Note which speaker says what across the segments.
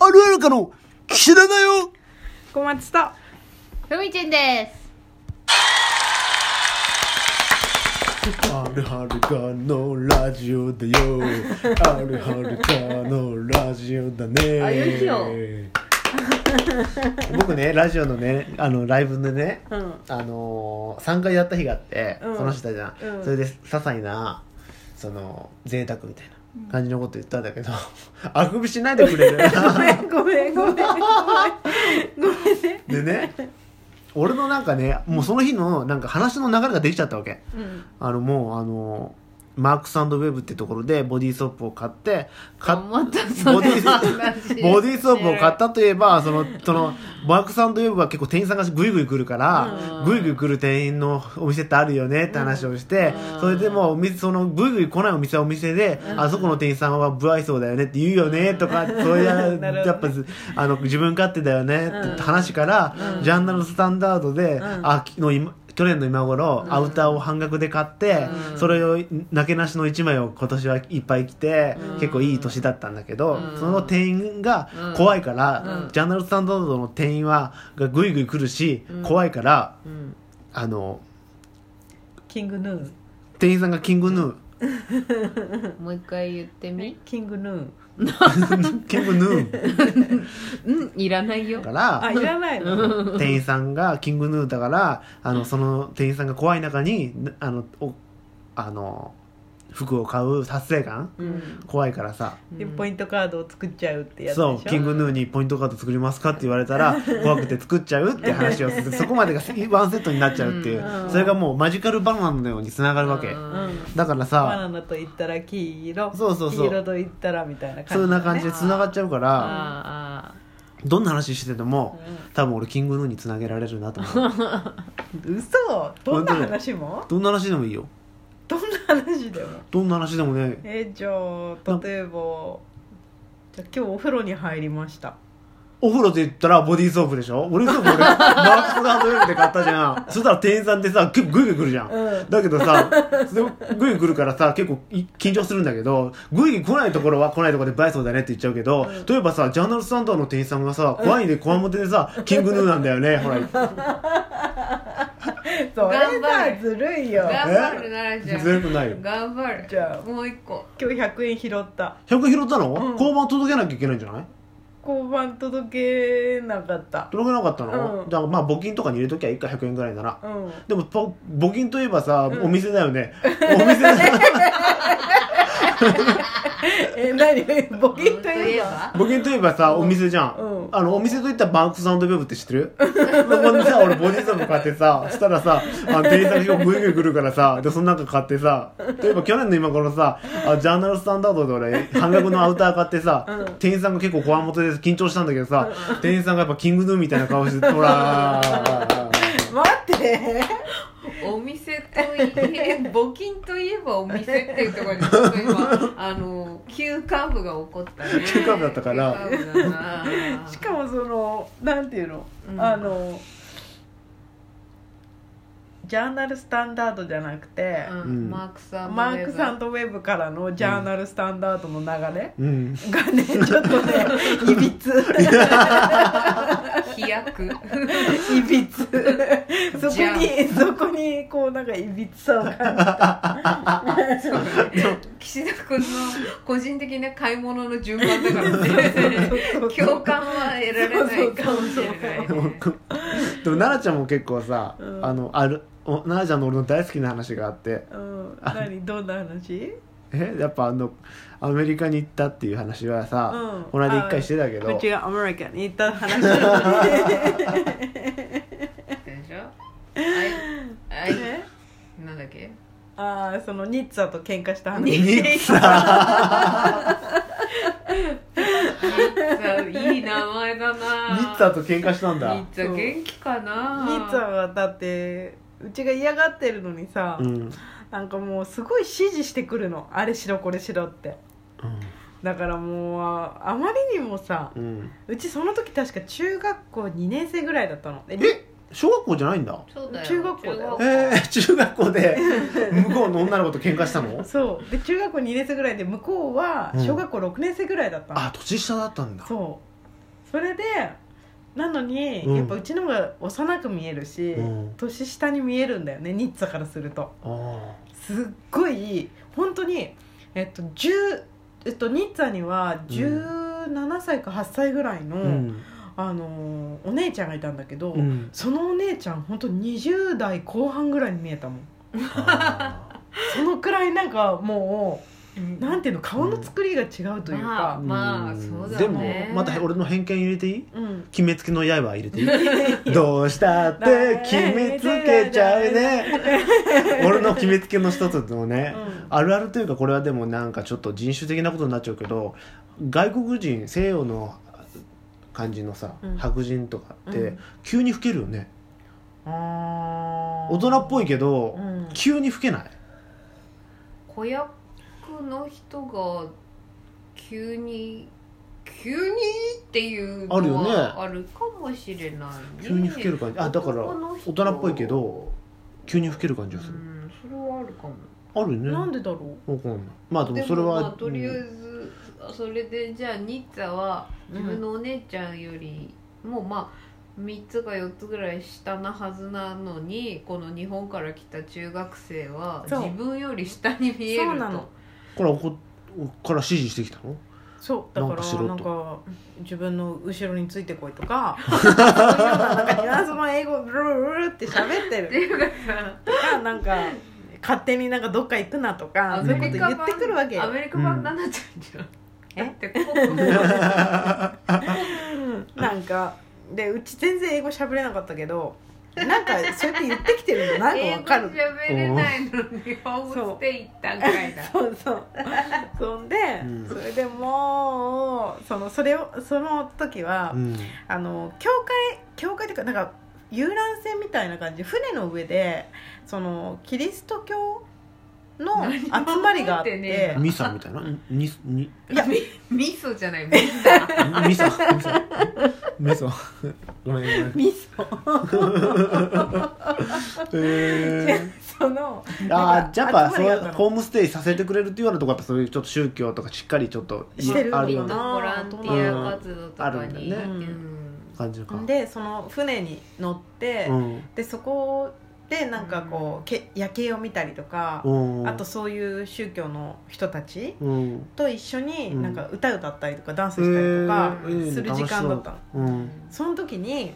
Speaker 1: あるあるかの岸田だよ
Speaker 2: 小松と
Speaker 3: ふみちんです。
Speaker 1: あるあるかのラジオだよあるあるかのラジオだ
Speaker 3: あよいしょ
Speaker 1: ね 僕ねラジオのねあのライブでね、
Speaker 2: うん
Speaker 1: あのー、3回やった日があって、
Speaker 2: うん
Speaker 1: その人たちじゃん、
Speaker 2: うん
Speaker 1: それで些細なその贅沢みたいな感じのこと言ったんだけど、 あくびしないでくれる
Speaker 2: ご めんごめんごめんごめんごめんね
Speaker 1: でね俺のなんかねもうその日のなんか話の流れができちゃったわけ
Speaker 2: うん
Speaker 1: あのもうあのマークスウェブってところでボディーソープを買って買っ
Speaker 3: またそ
Speaker 1: ボデ
Speaker 3: れ
Speaker 1: ィ
Speaker 3: の
Speaker 1: ー
Speaker 3: 話。
Speaker 1: ボディーソープを買ったといえばそのそのマークスウェブは結構店員さんがグイグイ来るから、
Speaker 3: うん
Speaker 1: グイグイ来る店員のお店ってあるよねって話をして、
Speaker 3: うん
Speaker 1: それでもうお店そのグイグイ来ないお店はお店で、あそこの店員さんは不愛想だよねって言うよねとか、そういうや
Speaker 2: なるほどね
Speaker 1: やっぱあの自分勝手だよねって話から、ジャーナルスタンダードで、あ昨日今去年の今頃、アウターを半額で買って、それをなけなしの1枚を今年はいっぱい着て、結構いい年だったんだけど、その店員が怖いから、ジャーナルスタンダードの店員はがぐいぐい来るし、怖いから
Speaker 2: うん
Speaker 1: あの
Speaker 2: キングヌー
Speaker 1: 店員さんがキングヌ
Speaker 3: もう一回言ってみ。
Speaker 2: キングヌー
Speaker 1: ーキングヌー
Speaker 3: うん、いらないよ
Speaker 1: だ。から
Speaker 2: あいらないの
Speaker 1: 店員さんがキングヌーだからあのその店員さんが怖い中にあのおあの服を買う達成感
Speaker 3: うん。
Speaker 1: 怖いからさ
Speaker 2: でポイントカードを作っちゃうってやつでし
Speaker 1: そ
Speaker 2: ょ
Speaker 1: うキングヌーにポイントカード作りますかって言われたら怖くて作っちゃうって話をする そこまでがワンセットになっちゃうっていう、
Speaker 2: うん
Speaker 1: それがもうマジカルバナナのようにつながるわけ、
Speaker 2: うん
Speaker 1: だから
Speaker 2: バナ
Speaker 1: さ
Speaker 2: ナと言ったら黄色
Speaker 1: そうそうそう
Speaker 2: 黄色と言ったらみたいな感じだね
Speaker 1: そんな感じでつながっちゃうから
Speaker 3: あ
Speaker 1: どんな話してても多分俺キングヌーにつなげられるなと思う
Speaker 2: 嘘どんな話も
Speaker 1: どんな話でもいいよ
Speaker 2: どんな話でも
Speaker 1: どんな話でもね
Speaker 2: えじゃあ例えばじゃあ今日お風呂に入りました
Speaker 1: お風呂で言ったらボディーソープでしょ俺ソープ俺マークスガードウェブで買ったじゃ んそしたら店員さんってさ結構グイグイ来るじゃん、
Speaker 2: うん
Speaker 1: だけどさそれグイグイ来るからさ結構い緊張するんだけどグイグイ来ないところは来ないところでバイソンだねって言っちゃうけど、例えばさジャーナルスタンダードの店員さんがさ怖いんでこわもてでさキングヌーなんだよねほら
Speaker 2: それ
Speaker 3: 頑張
Speaker 2: さ
Speaker 3: る
Speaker 2: ずるい
Speaker 3: あ
Speaker 2: よ
Speaker 3: 頑張るならじゃ
Speaker 1: ずるくないよ
Speaker 3: ん。頑張る。
Speaker 2: じゃあ
Speaker 3: もう一個。
Speaker 2: 今日100円拾った
Speaker 1: 100拾ったの、
Speaker 2: うん
Speaker 1: 交番届けなきゃいけないんじゃない
Speaker 2: 交番届けなかった
Speaker 1: 届けなかったの、
Speaker 2: うん
Speaker 1: じゃあまあ募金とかに入れときゃいいか100円ぐらいなら
Speaker 2: うん
Speaker 1: でもポ募金といえばさ、お店だよねお店だよね
Speaker 2: え何 募金といえば
Speaker 3: ば
Speaker 1: 募金といえばさ、お店じゃん、
Speaker 2: うん
Speaker 1: あのお店といったらバンクスウェブって知ってる そこにさ俺ボディーソープ買ってさしたらさあの店員さんがグイグイ来るからさでその中買ってさ例えば去年の今頃さあジャーナルスタンダードで俺半額のアウター買ってさ、店員さんが結構こわもてで緊張したんだけどさ、店員さんがやっぱキングヌーみたいな顔してほらー
Speaker 2: 待って
Speaker 3: お店といえ、募金といえばお店っていうところに、ちょっ と今、あの、急カーブが起こったね。
Speaker 1: 急カーブだったから
Speaker 3: 急カーブだな
Speaker 2: しかもそのなんていうの、
Speaker 3: うん
Speaker 2: あのジャーナルスタンダードじゃなくて、
Speaker 3: う
Speaker 1: うん
Speaker 3: んマークさん。
Speaker 2: マークさん。とウェブからのジャーナルスタンダードの流れ
Speaker 1: うん
Speaker 2: がね、ちょっとねいびつ
Speaker 3: 飛躍。
Speaker 2: いびつそこ
Speaker 3: じゃ
Speaker 2: にそこにこうなんかいびつさを感じ
Speaker 3: 岸田君の個人的な買い物の順番だから ね共感は得られないかもしれない
Speaker 1: でも
Speaker 3: ね
Speaker 1: こでも奈々ちゃんも結構さ、
Speaker 2: うん
Speaker 1: あのあるお奈々ちゃんの俺の大好きな話があって
Speaker 2: うん、何どんな話
Speaker 1: えやっぱあのアメリカに行ったっていう話はさ、
Speaker 2: うん
Speaker 1: この間一回してたけど
Speaker 2: うちがアメリカに行った 話
Speaker 3: でしょあいあ
Speaker 2: ね
Speaker 3: いなんだっけ
Speaker 2: ああそのニッツァと喧嘩した話
Speaker 1: ニッツ ァ
Speaker 3: いい名前だな
Speaker 1: ニッツァと喧嘩したんだ
Speaker 3: ニッツァ元気かな
Speaker 2: ニッツァはだってうちが嫌がってるのにさ、
Speaker 1: うん、うん、
Speaker 2: なんかもうすごい指示してくるのあれしろこれしろってだからもうああまりにもさ
Speaker 1: うん、
Speaker 2: うちその時確か中学校2年生ぐらいだったのえ
Speaker 1: え小学校じゃないんだ
Speaker 3: そうだよ
Speaker 2: 中学校だよ
Speaker 1: えー、 中学校で向こうの女の子と喧嘩した の
Speaker 2: そうで中学校2年生ぐらいで向こうは
Speaker 1: うん
Speaker 2: 小学校6年生ぐらいだったの、
Speaker 1: あ年下だったんだ
Speaker 2: そそれでなのに、
Speaker 1: うん
Speaker 2: やっぱうちの方が幼く見えるし、
Speaker 1: うん
Speaker 2: 年下に見えるんだよねニッツァからすると
Speaker 1: あ
Speaker 2: すっごい本当にえっと10えっとニッツァには17歳か8歳ぐらいの、
Speaker 1: あうん
Speaker 2: あのーお姉ちゃんがいたんだけど、
Speaker 1: うん
Speaker 2: そのお姉ちゃん本当20代後半ぐらいに見えたもん
Speaker 1: あ
Speaker 2: そのくらいなんかもう
Speaker 3: な
Speaker 2: なんんていうの顔の作りが違うという
Speaker 3: あ
Speaker 2: か
Speaker 1: ー
Speaker 3: まあ
Speaker 1: ん
Speaker 3: そうだ
Speaker 1: で
Speaker 3: よ
Speaker 1: も
Speaker 3: ね
Speaker 1: また俺の偏見入れていい
Speaker 2: うん、
Speaker 1: 決めつけの刃入れていいどうしたって決めつけちゃうね 俺の決めつけの一つのね、
Speaker 2: うん
Speaker 1: あるあるというかこれはでもなんかちょっと人種的なことになっちゃうけど外国人西洋の感じのさ、
Speaker 2: うん
Speaker 1: 白人とかって、
Speaker 2: うん
Speaker 1: 急に老けるよね
Speaker 2: あー
Speaker 1: 大人っぽいけど、
Speaker 2: うん
Speaker 1: 急に老けない
Speaker 3: 子役の人が急に急にっていうのは
Speaker 1: あるよね
Speaker 3: あるかもしれないね
Speaker 1: 急に老ける感じあだから
Speaker 3: 男の人
Speaker 1: 大人っぽいけど急に老ける感じ
Speaker 3: う
Speaker 1: がする、
Speaker 3: んそれはあるかも
Speaker 1: あるよね
Speaker 2: なんでだろ
Speaker 1: わかんないまあで
Speaker 3: で
Speaker 1: も
Speaker 3: も
Speaker 1: それは、
Speaker 3: まあ、とりあえ
Speaker 1: うん
Speaker 3: ずそれでじゃあニッツァは
Speaker 2: う、
Speaker 3: 自分のお姉ちゃんよりもうまあ3つか4つぐらい下なはずなのにこの日本から来た中学生は
Speaker 2: そう
Speaker 3: 自分より下に見えると
Speaker 2: そうなの
Speaker 1: これはここから指示してきたの
Speaker 2: そうだか
Speaker 1: なんからしろ
Speaker 2: な
Speaker 1: と
Speaker 2: んか自分の後ろについてこい とかそういうのなんかニュアンスの英語ブルルルルって喋って
Speaker 3: って
Speaker 2: る
Speaker 3: いうかさ
Speaker 2: とかなんか勝手になんかどっか行くなとか
Speaker 3: ア
Speaker 2: そうい
Speaker 3: メ
Speaker 2: うこと言
Speaker 3: リカ
Speaker 2: ってくるわけ
Speaker 3: 版ア
Speaker 2: よ
Speaker 3: メリカ版ナナちゃんじゃん、だってここ
Speaker 2: なんかでうち全然英語喋れなかったけどなんかそうやって言ってきてるの なんか
Speaker 3: 英
Speaker 2: わ
Speaker 3: 語
Speaker 2: かる
Speaker 3: 喋れないのに日本語していったんかいだ
Speaker 2: そうそうそんで、
Speaker 1: うん
Speaker 2: それでもうそのそれをその時は、
Speaker 1: うん
Speaker 2: あの教会教会っていうかなんか遊覧船みたいな感じ船の上でそのキリスト教の
Speaker 3: 何も
Speaker 2: 集まりがあって
Speaker 3: 持ってねえな
Speaker 1: ミサみたいなミサミ
Speaker 2: いや
Speaker 3: ミソじゃないミサ
Speaker 1: ミサミソごめんごめん
Speaker 2: ミソ
Speaker 1: え
Speaker 2: その
Speaker 1: ー、あーじゃあやっぱ
Speaker 2: 集
Speaker 1: そう
Speaker 2: まりがあったの
Speaker 1: ホームステイさせてくれるっていうようなとこやっぱそういうちょっと宗教とかしっかりちょっと
Speaker 2: してる
Speaker 1: あ
Speaker 2: の
Speaker 1: る
Speaker 2: よ
Speaker 1: ような
Speaker 3: ボランティア活動とかに、
Speaker 1: うんある
Speaker 2: んだね
Speaker 3: うん
Speaker 1: 感じか
Speaker 2: でその船に乗って、
Speaker 1: うん
Speaker 2: でそこでなんかこうけ夜景を見たりとか、
Speaker 1: うん
Speaker 2: あとそういう宗教の人たち
Speaker 1: うん
Speaker 2: と一緒に
Speaker 1: うん
Speaker 2: なんか歌歌ったりとかダンスしたりとか
Speaker 1: えー
Speaker 2: する時間だったの、
Speaker 1: うん
Speaker 2: その時に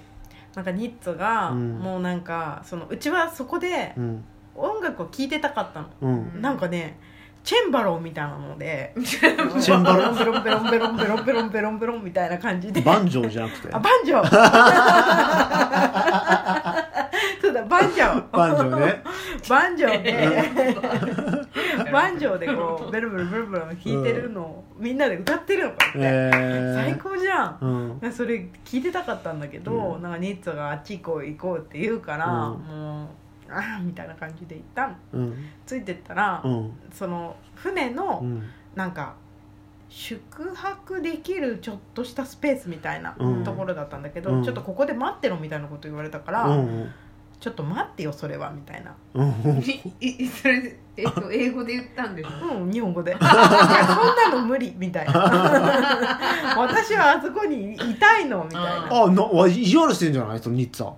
Speaker 2: なんかニッツが
Speaker 1: うん
Speaker 2: もうなんかそのうちはそこで
Speaker 1: うん
Speaker 2: 音楽を聴いてたかったの、
Speaker 1: うん
Speaker 2: なんかねチェンバローみたいなので
Speaker 1: チェンバロ
Speaker 2: ベロンベロンベロンベロンベロンベロンベロンみたいな感じで
Speaker 1: バンジョーじゃなくて
Speaker 2: あバンジョーそうだバンジョー
Speaker 1: バンジョーね
Speaker 2: バンジョーでバンジョーでこうベルベルベルベル弾いてるのをみんなで歌ってるのこうやって、
Speaker 1: えー、
Speaker 2: 最高じゃん
Speaker 1: うん
Speaker 2: それ聞いてたかったんだけど、
Speaker 1: う
Speaker 2: なんかニッツがあっち行こう行こうって言うから、
Speaker 1: うん
Speaker 2: もうああみたいな感じで行ったの
Speaker 1: うん
Speaker 2: ついてったら、
Speaker 1: うん
Speaker 2: その船
Speaker 1: う
Speaker 2: の
Speaker 1: ん
Speaker 2: なんか宿泊できるちょっとしたスペースみたいな
Speaker 1: うん
Speaker 2: ところだったんだけど、
Speaker 1: うん
Speaker 2: ちょっとここで待ってろみたいなこと言われたから、
Speaker 1: うん
Speaker 2: ちょっと待ってよそれはみたいな
Speaker 1: うん
Speaker 3: いいそれ、えっと、英語で言ったんですか
Speaker 2: うん日 本語でいやそんなの無理みたいな私はあそこにいたいのみたいな
Speaker 3: あ
Speaker 1: あなわ意地悪してんじゃないそのニッツァ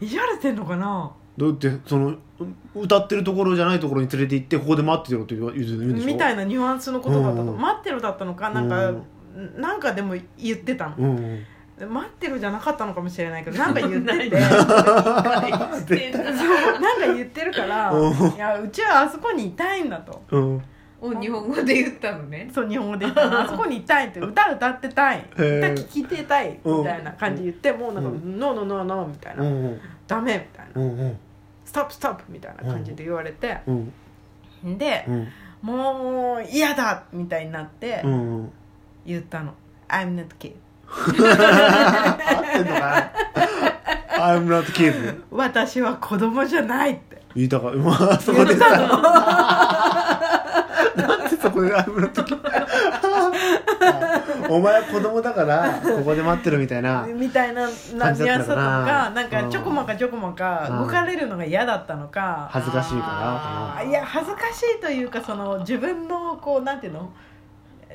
Speaker 2: 意地悪してんのかな
Speaker 1: だってそのう歌ってるところじゃないところに連れて行ってここで待っててろって言う言う言うんでしょ
Speaker 2: みたいなニュアンスのことだったの、
Speaker 1: うん
Speaker 2: 待ってるだったのかなんか、
Speaker 1: うん
Speaker 2: なんかでも言ってたの、
Speaker 1: うんうん
Speaker 2: 待ってるじゃなかったのかもしれないけどなんか言ってて
Speaker 1: 絶
Speaker 2: なんか言ってるから
Speaker 1: うん
Speaker 2: いやうちはあそこにいたいんだと
Speaker 1: うんへ
Speaker 3: を日本語で言ったのね
Speaker 2: そう日本語で言ったのあそこにいたいって歌歌ってたい歌
Speaker 1: え
Speaker 2: 聴いてたいみたいな感じで言って、もうなんか「
Speaker 1: う
Speaker 2: ノーノーノーノー」みたいな「
Speaker 1: うんうん
Speaker 2: ダメ」みたいな
Speaker 1: うんうん
Speaker 2: 「ストップストップ」みたいな感じで言われて、
Speaker 1: うん
Speaker 2: で
Speaker 1: うん
Speaker 2: 「もう嫌だ」みたいになって
Speaker 1: うんうん
Speaker 2: 言ったの「I'm not kid
Speaker 1: 合ってんのかな I'm not kid
Speaker 2: 私は子供じゃない」って
Speaker 1: 言いたかまあそこでさなんでそこで I'm not kid お前は子供だからここで待ってるみたいな
Speaker 2: みたいなな
Speaker 1: 感
Speaker 2: ニ
Speaker 1: じ
Speaker 2: ュ
Speaker 1: だ
Speaker 2: アン
Speaker 1: った
Speaker 2: スだった
Speaker 1: の
Speaker 2: のか
Speaker 1: かな
Speaker 2: なんかちょこまかちょこま
Speaker 1: う
Speaker 2: か
Speaker 1: ん
Speaker 2: 動かれるのが嫌だったのか
Speaker 1: 恥ずかしいから
Speaker 3: あー
Speaker 1: か
Speaker 2: いや恥ずかしいというかその自分のこうなんていうの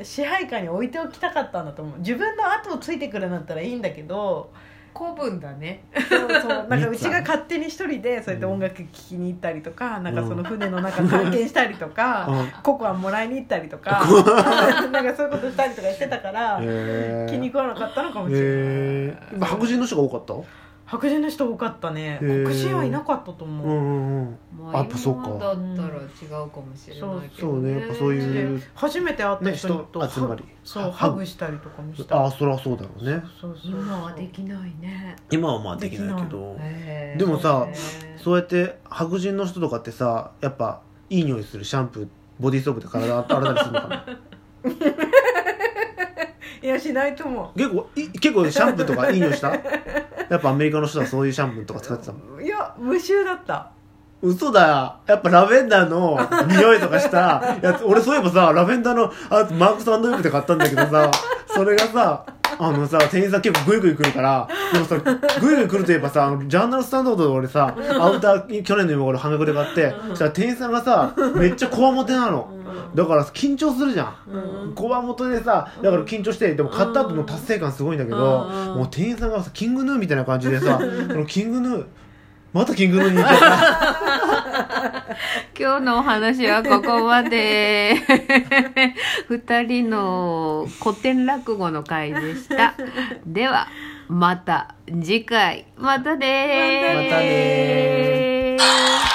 Speaker 2: 支配下に置いておきたかったんだと思う自分の後をついてくるんだったらいいんだけど
Speaker 3: 古文だね
Speaker 2: そうそうなんかうちが勝手に一人でそうやって音楽聴きに行ったりとか、なんかその船の中探検したりとか、
Speaker 1: うん
Speaker 2: ココアもらいに行ったり とかなんかそういうことしたりとかしてたから、
Speaker 1: へ
Speaker 2: 気に食わなかったのかもしれない、
Speaker 1: えー、白人の人が多かった
Speaker 2: 白人の人多かったね、
Speaker 1: へー
Speaker 2: 黒人はいなかったと
Speaker 1: う
Speaker 2: 思う、
Speaker 1: んうんうん
Speaker 3: ま
Speaker 1: あやっぱそうか
Speaker 3: 今だったら違うかもしれないけど、ね、
Speaker 1: そうねやっぱそういう
Speaker 2: で初めて会った
Speaker 1: ね
Speaker 2: 人
Speaker 1: 人
Speaker 2: と、
Speaker 1: 集まり
Speaker 2: そうハグしたりとかもした
Speaker 1: ああそりゃそうだろうね
Speaker 2: そうそうそう
Speaker 3: 今はできないね
Speaker 1: 今はまあできないけど
Speaker 3: へー
Speaker 1: でもさ
Speaker 3: へー
Speaker 1: そうやって白人の人とかってさやっぱいい匂いするシャンプーボディーソープで体洗ったりするのかな
Speaker 2: いやしないと思
Speaker 1: 結構い結構シャンプーとかいい匂いしたやっぱアメリカの人はそういうシャンプーとか使ってたもん
Speaker 2: ういや無臭だった
Speaker 1: 嘘だやっぱラベンダーの匂いとかしたやつ俺そういえばさラベンダーのあマークスウェブで買ったんだけどさそれがさあのさ店員さん結構グイグイ来るからでもさグイグイ来るといえばさあのジャーナルスタンダードで俺さアウター去年の今頃半額で買ってそしたら店員さんがさめっちゃこわもてなのだから緊張するじゃん
Speaker 2: うん
Speaker 1: こわもてでさだから緊張してでも買った後の達成感すごいんだけど
Speaker 3: うん
Speaker 1: もう店員さんがさキングヌーみたいな感じでさそのキングヌーまたキングヌーに行っちゃった
Speaker 3: 今日のお話はここまで 二人の古典落語の回で したではまた次回またねー
Speaker 1: またね
Speaker 3: またね